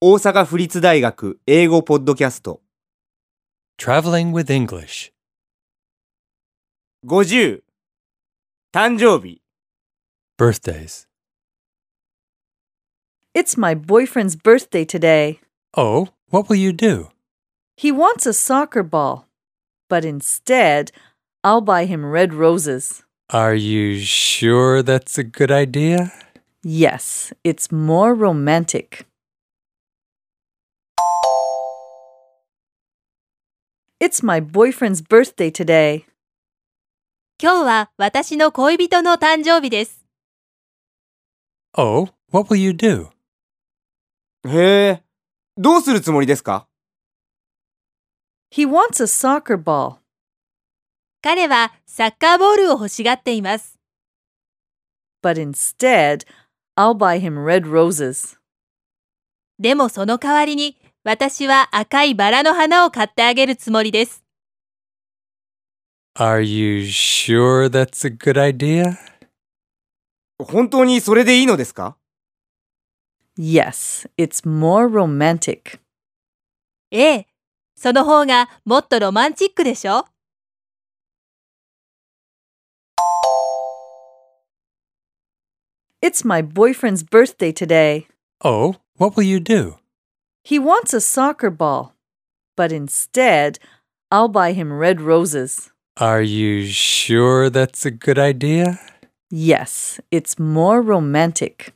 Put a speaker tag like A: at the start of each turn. A: 大阪府立大学英語ポッドキャスト
B: Traveling with English.
A: 50誕生日
B: Birthdays.
C: It's my boyfriend's birthday today.
B: Oh, what will you do?
C: He wants a soccer ball, but instead, I'll buy him red roses.
B: Are you sure that's a good idea?
C: Yes, it's more romantic. It's my boyfriend's birthday today.
D: 今日は私の恋人の誕生日です。
B: Oh, what will you do?
A: へえどうするつもりですか
C: He wants a soccer ball.
D: 彼はサッカーボールを欲しがっています。
C: but instead, I'll buy him red roses.
D: でもその代わりに私は赤いバラの花を買ってあげるつもりです。
B: Are you sure that's a good idea?
A: 本当にそれでいいのですか
C: Yes, it's more romantic.
D: ええ、その方がもっとロマンチックでしょ
C: It's my boyfriend's birthday today.
B: Oh, what will you do?
C: He wants a soccer ball, but instead, I'll buy him red roses.
B: Are you sure that's a good idea?
C: Yes, it's more romantic.